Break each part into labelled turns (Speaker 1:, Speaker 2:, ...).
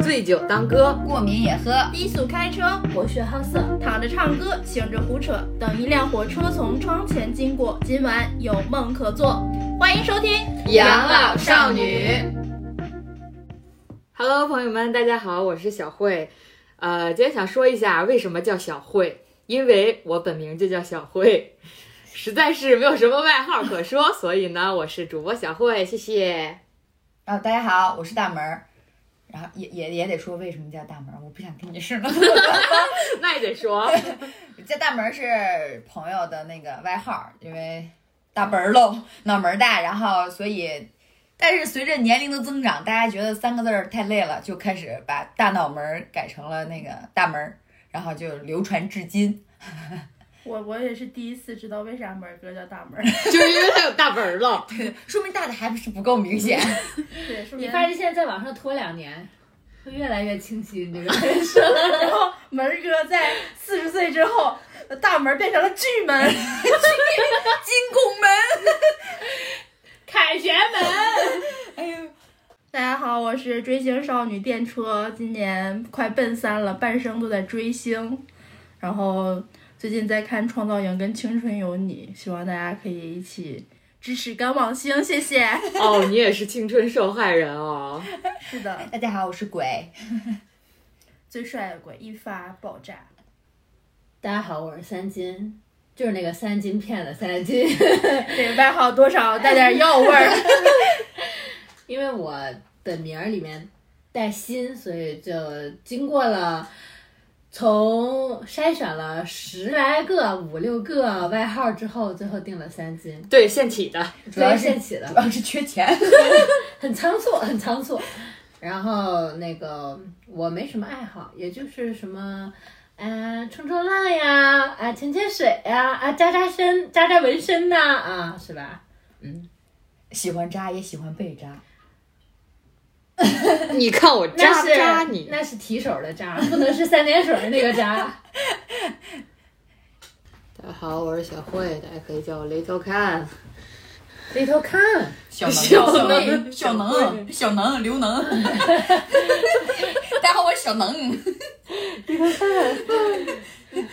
Speaker 1: 醉酒当歌，
Speaker 2: 过敏也喝。
Speaker 3: 低速开车，博学好色，躺着唱歌，醒着胡扯。等一辆火车从窗前经过，今晚有梦可做。欢迎收听《
Speaker 1: 养老少女》。Hello，朋友们，大家好，我是小慧。呃，今天想说一下为什么叫小慧，因为我本名就叫小慧， 实在是没有什么外号可 说，所以呢，我是主播小慧，谢谢。
Speaker 2: 然、啊后大家好，我是大门儿，然后也也也得说为什么叫大门儿，我不想听你是 了。
Speaker 1: 那也得 说，
Speaker 2: 叫大门儿是朋友的那个外号儿，因为大门儿喽，脑门儿大，然后所以，但是随着年龄的增长，大家觉得三个字儿太累了，就开始把大脑门儿改成了那个大门儿，然后就流传 至今。
Speaker 3: 我我也是第一次知道为啥门儿哥叫大 门儿，
Speaker 1: 就是因为他有大本儿 了。
Speaker 2: 说明大的还不是不够明显，
Speaker 3: 对，说
Speaker 4: 你
Speaker 3: 明
Speaker 4: 发现现在在网上拖两年，会越来越清晰你这个人生。
Speaker 3: 然后门儿哥在四十岁之后，大门儿变成了巨门。
Speaker 2: 金拱门。
Speaker 4: 凯旋门，
Speaker 2: 哎呦，
Speaker 3: 大家好，我是追星少女电车，今年快奔三了，半生都在追星，然后最近在看《创造营》跟《青春有你》，希望大家可以一起支持甘网星，谢谢。
Speaker 1: 哦，你也是青春受害人哦。
Speaker 3: 是的，
Speaker 2: 大家好，我是鬼。
Speaker 3: 最帅的鬼一发爆 炸，
Speaker 4: 大家好，我是三金，就是那个三金骗的三金，
Speaker 3: 这个外号多少带点药味儿。
Speaker 4: 因为我本名儿里面带“心”，所以就经过了。从筛选了十来个、五六个外号之后，最后定了三金，
Speaker 1: 对，现体的，
Speaker 2: 主要
Speaker 4: 最
Speaker 2: 是
Speaker 4: 现起的
Speaker 2: 主。要是缺钱。
Speaker 4: 很仓促，很仓促。然后那个我没什么爱好，也就是什么，呃，冲冲浪呀，啊、潜潜水呀，啊、扎扎身，扎扎纹身呐、啊，是吧？
Speaker 2: 喜欢扎也喜欢被扎，
Speaker 1: 你看我扎
Speaker 4: 那
Speaker 1: 不
Speaker 4: 是
Speaker 1: 扎你，
Speaker 4: 那是提手的扎，不能是三点水那个扎。
Speaker 1: 大家好，我是小慧，大家可以叫我雷头看。
Speaker 4: 回头看，
Speaker 2: 小
Speaker 1: 小
Speaker 2: 能啊小能小能刘 能，大家好，我是小能，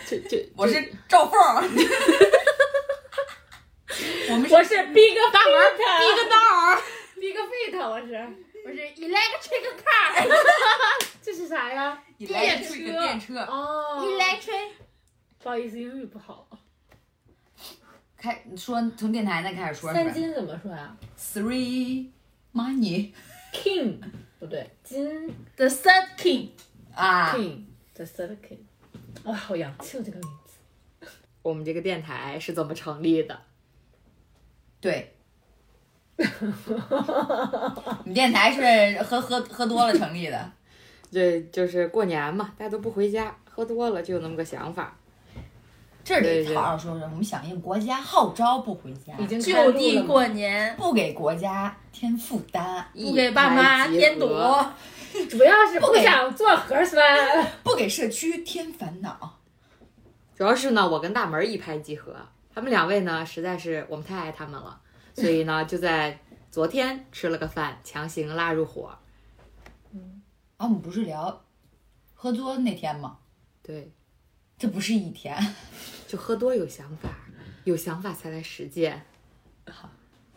Speaker 1: 就就
Speaker 2: 我是赵凤儿，我们
Speaker 4: 我是 Big 大门
Speaker 1: 一个道儿。
Speaker 4: ，Big Fit，我是。
Speaker 3: 我是 electric car
Speaker 4: 这是啥呀？
Speaker 2: 你
Speaker 3: 电车
Speaker 2: 电车，
Speaker 4: 哦
Speaker 3: electric
Speaker 4: 不好意思，英语不好。
Speaker 2: 开说从电台那开始说
Speaker 4: 三金怎么说呀
Speaker 2: ，three money
Speaker 4: ？King 不对，金
Speaker 3: the sun king。
Speaker 2: 啊，
Speaker 4: King the Third King。哇，好洋气哦，这个名字。
Speaker 1: 我们这个电台是怎么成立的？
Speaker 2: 对。你电台是喝喝喝多了成立的，
Speaker 1: 这就是过年嘛，大家都不回家，喝多了就有那么个想法。
Speaker 2: 这
Speaker 1: 对
Speaker 2: 里
Speaker 1: 对
Speaker 2: 好好说说，我们响应国家号召不回家，
Speaker 4: 已经
Speaker 3: 就地过年，
Speaker 2: 不给国家添负担，
Speaker 3: 不给爸妈添堵，
Speaker 4: 主要是
Speaker 2: 不
Speaker 4: 不
Speaker 2: 给
Speaker 4: 想做核酸。
Speaker 2: 不给社区添烦恼。
Speaker 1: 主要是呢，我跟大门儿一拍即合，他们两位呢，实在是我们太爱他们了，所以呢，就在昨天吃了个饭，强行拉入伙。
Speaker 2: 啊，我们不是聊喝多那天吗？
Speaker 1: 对，
Speaker 2: 这不是一天，
Speaker 1: 就喝多有想法，有想法才来实践，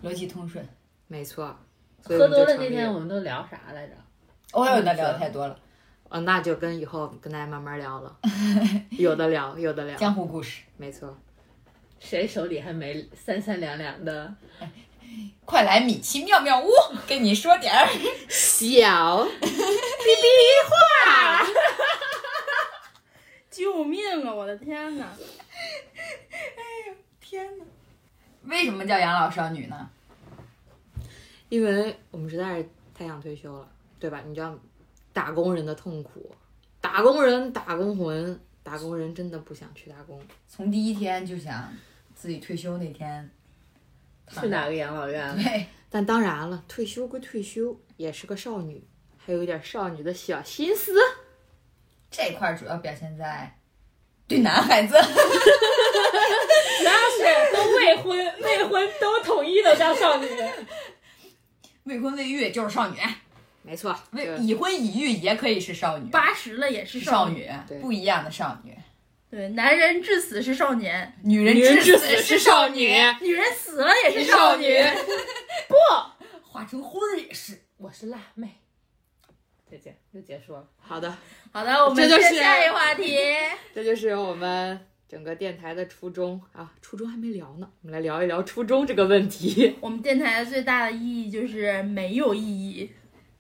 Speaker 2: 逻辑通顺。
Speaker 1: 没错。所以
Speaker 4: 喝
Speaker 1: 我们
Speaker 4: 多
Speaker 1: 就
Speaker 4: 了
Speaker 1: 成
Speaker 4: 那
Speaker 1: 立
Speaker 4: 天我们都聊啥来着？
Speaker 2: 哦，有的聊的太多了，
Speaker 3: 嗯
Speaker 1: 哦，那就跟以后跟大家慢慢聊 了，有的聊，有的聊，
Speaker 2: 江湖故事，
Speaker 1: 没错。
Speaker 4: 谁手里还没三三两两的？
Speaker 2: 快来米奇妙妙屋，跟你说点儿。
Speaker 1: 小
Speaker 3: 救命啊！我的天哪！
Speaker 2: 天哪！为什么叫养老少女呢？
Speaker 1: 因为我们实在是太想退休了，对吧？你知道，打工人的痛苦，打工人打工魂，打工人真的不想去打工。
Speaker 2: 从第一天就想自己退休那天
Speaker 4: 去哪个养老院？
Speaker 2: 对，
Speaker 1: 但当然了，退休归退休，也是个少女，还有一点少女的小心思。
Speaker 2: 这块儿主要表现在对男孩子，
Speaker 4: 那 是都未婚，未婚都统一的叫少女。
Speaker 2: 未婚未育就是少女。
Speaker 1: 没错，
Speaker 2: 未
Speaker 1: 就
Speaker 2: 已婚已育也可以是少女，
Speaker 3: 八十了也是
Speaker 2: 少
Speaker 3: 少女。
Speaker 2: 女
Speaker 1: 对
Speaker 2: 不一样的少女，
Speaker 3: 对，男人至死是少年，
Speaker 2: 女人
Speaker 1: 女人
Speaker 2: 至
Speaker 1: 至
Speaker 2: 死
Speaker 1: 死
Speaker 2: 是
Speaker 1: 是
Speaker 2: 少
Speaker 1: 少
Speaker 2: 女
Speaker 1: 女，
Speaker 3: 女人死了也是
Speaker 1: 少
Speaker 3: 女。
Speaker 1: 女
Speaker 2: 化成灰儿也是。
Speaker 4: 我是辣妹。再见，又结束了。
Speaker 1: 好的，
Speaker 3: 好的，我们
Speaker 1: 这就是
Speaker 3: 接下一话题。
Speaker 1: 这就是我们整个电台的初衷啊。初衷还没聊呢，我们来聊一聊初衷这个问题。
Speaker 3: 我们电台最大的意义就是没有意义，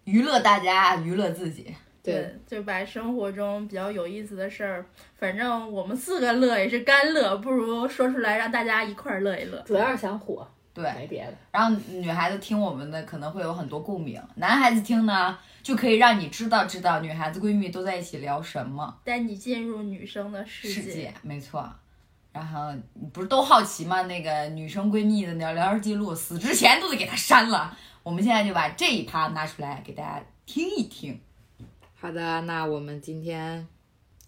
Speaker 2: 娱乐大家，啊娱乐自己。
Speaker 1: 对，，
Speaker 3: 就把生活中比较有意思的事儿，反正我们四个乐也是干乐，不如说出来让大家一块儿乐一乐。
Speaker 4: 主要是想火，
Speaker 2: 对，
Speaker 4: 没别的。
Speaker 2: 然后女孩子听我们的可能会有很多共鸣，男孩子听呢就可以让你知道知道女孩子闺蜜都在一起聊什么
Speaker 3: 带你进入女生的世
Speaker 2: 世界，没错。然后你不是都好奇吗？那个女生闺蜜的聊聊天记录，死之前都得给她删了。我们现在就把这一趴拿出来给大家听一听，
Speaker 1: 好的，那我们今天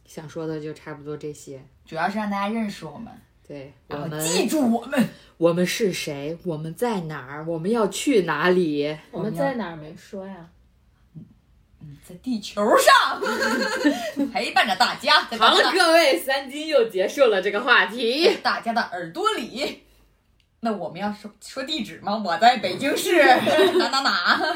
Speaker 1: 想说的就差不多这些。
Speaker 2: 主要是让大家认识我们，
Speaker 1: 对啊我
Speaker 2: 然后
Speaker 1: 们，
Speaker 2: 记住我们。
Speaker 1: 我们是谁？我们在哪儿？我们要去哪里？
Speaker 4: 我们在哪儿没说呀？
Speaker 2: 在地球上 陪伴着大家，在 大
Speaker 1: 好
Speaker 2: 家
Speaker 1: 了，
Speaker 2: 的
Speaker 1: 各位，三金又结束了这个话题。
Speaker 2: 大家的耳朵里。那我们要说说地址吗？我在北京市哪哪哪。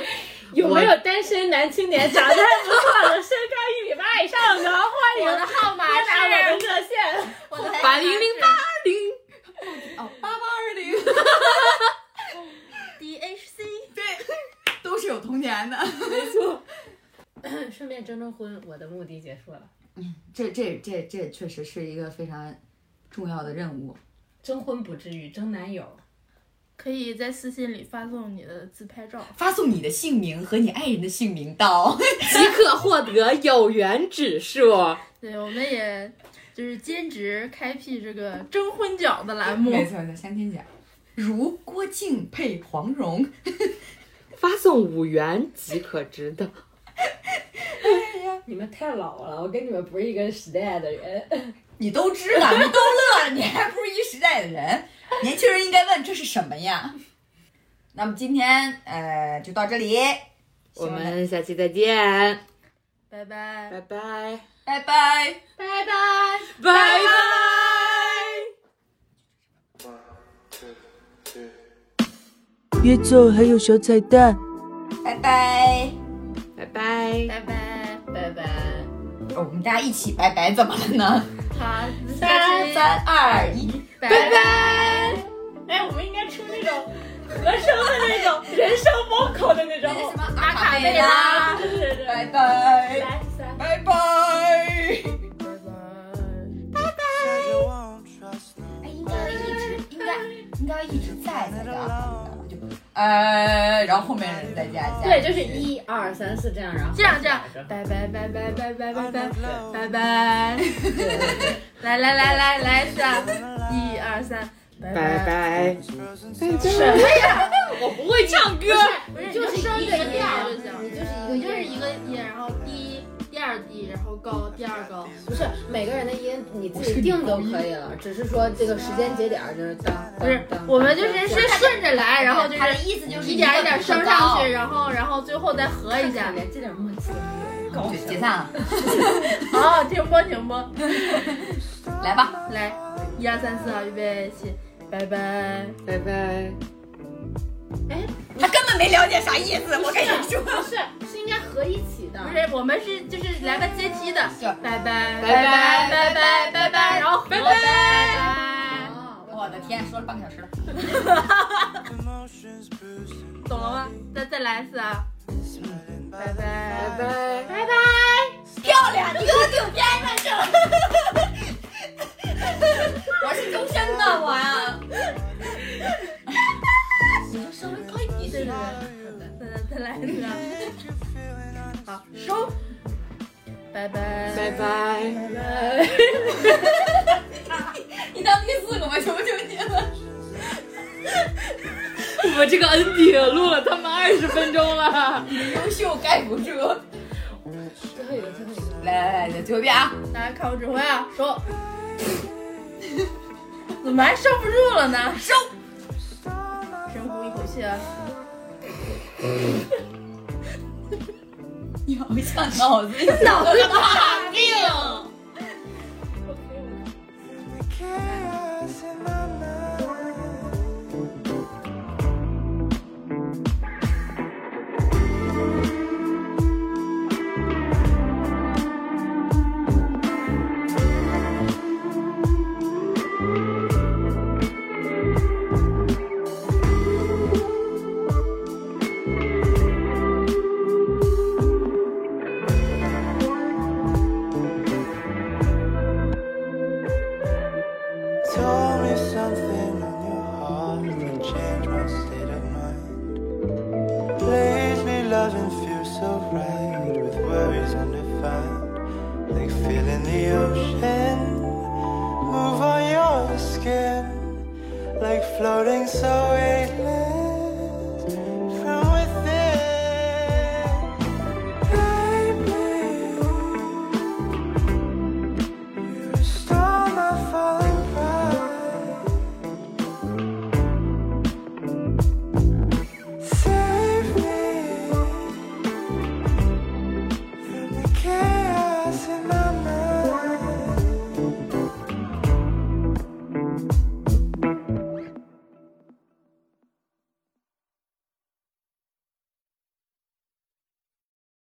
Speaker 4: 有没有单身男青年长得还不错的，身高一米八以上的？欢迎
Speaker 3: 我的号码
Speaker 4: 拨打我们
Speaker 3: 是
Speaker 4: 热线。
Speaker 3: 我的
Speaker 1: 八零零八零。
Speaker 2: 哦，八八二零，
Speaker 3: DHC。
Speaker 2: 都是有童年的。
Speaker 4: 顺便征征婚，我的目的结束了。
Speaker 2: 这这这这确实是一个非常重要的任务。
Speaker 4: 征婚不至于，征男友。
Speaker 3: 可以在私信里发送你的自拍照。
Speaker 2: 发送你的姓名和你爱人的姓名到。
Speaker 1: 即可获得有缘指数。
Speaker 3: 对，我们也就是兼职开辟这个征婚角的栏目。
Speaker 2: 错，叫香天甲。如郭靖配黄蓉，
Speaker 1: 发送五元即可值得。
Speaker 4: 你们太老了，我跟你们不是一个时代的人。
Speaker 2: 你都知道，你都乐了，你还不是一时代的人。年轻人应该问这是什么呀？那么今天呃就到这里，
Speaker 1: 我们下期再见，
Speaker 3: 拜拜。
Speaker 1: 拜拜，
Speaker 2: 拜拜。
Speaker 4: 拜拜。
Speaker 1: 拜拜。
Speaker 5: 别走，还有小彩蛋。
Speaker 2: 拜拜。
Speaker 1: 拜拜。
Speaker 3: 拜拜，
Speaker 4: 拜拜。
Speaker 2: 哦我们大家一起拜拜，怎么了呢？
Speaker 3: 好，下
Speaker 2: 三
Speaker 3: 期
Speaker 2: 三二一，
Speaker 3: 拜拜。
Speaker 4: 哎，我们应该出那种和声的那种人声 vocal 的那
Speaker 2: 那个
Speaker 4: 种
Speaker 2: 什。么阿卡贝拉，
Speaker 3: 啦，
Speaker 4: 对对对，
Speaker 2: 拜拜，
Speaker 4: 来三。
Speaker 2: 拜拜。
Speaker 3: 拜拜。
Speaker 2: 哎，应该一直，应该应该一直在才对啊。就呃，然后后面人再加一下。
Speaker 4: 对，就是一二三四这样，然后
Speaker 3: 这样这样，拜拜拜拜拜拜拜拜拜拜，来来来来来三，一二三，拜
Speaker 1: 拜
Speaker 3: 拜。
Speaker 1: 拜，
Speaker 4: 我不会唱歌，
Speaker 3: 不是，就是升这个调就行，你就是一个，就是一个音，然后低，第二低，然后高，第二高。
Speaker 4: 不是每个人的音你自己定都可以了，只是说这个时间节点儿就是当
Speaker 3: 不是，我们就是是顺着来，然后就
Speaker 2: 他的
Speaker 3: 是
Speaker 2: 意思就是
Speaker 3: 一点一点升上去，
Speaker 2: 去，
Speaker 3: 然后然后最后再合一下。
Speaker 4: 连这点默契都没有，搞
Speaker 2: 就解
Speaker 4: 笑。
Speaker 2: 散了。
Speaker 3: 好，哦停播停播，
Speaker 2: 来吧，
Speaker 3: 来，一二三四啊，预备起，拜拜。
Speaker 1: 拜拜。
Speaker 2: 他根本没了解啥意思，我跟你说。
Speaker 4: 不是，是应该合一起的
Speaker 3: 不。是，我们是就是来个阶梯的
Speaker 2: 是，
Speaker 3: 拜拜
Speaker 1: 拜拜
Speaker 3: 拜拜拜拜，然后拜拜拜
Speaker 4: 哦
Speaker 2: 我的天，说了半个小时了。
Speaker 3: 拜，懂了吗？再再来一次啊，拜拜
Speaker 1: 拜
Speaker 3: 拜拜，
Speaker 2: 漂亮，你给我顶边上去了。我是终身的我呀。你就稍微高一
Speaker 3: 对对
Speaker 2: 点。
Speaker 3: 对，再再来一次啊，好收，拜拜
Speaker 1: 拜拜，
Speaker 3: 拜，
Speaker 2: 你到第四个吧，求求你了。
Speaker 1: 我这个 ending 录了他妈二十分钟了。
Speaker 2: 优秀盖不住。
Speaker 4: 最后一个，最后一个。
Speaker 2: 来来来来，最后一遍啊！
Speaker 3: 大家看我指挥啊，收，怎么还收不住了呢？
Speaker 2: 收。
Speaker 3: 深呼一口气啊，
Speaker 2: 不像脑子里想的
Speaker 4: 脑子大病。
Speaker 6: Tell me something on your heart can change my state of mind. Lately, loving feels so right with worries undefined, like feeling the ocean move on your skin, like floating so weightless.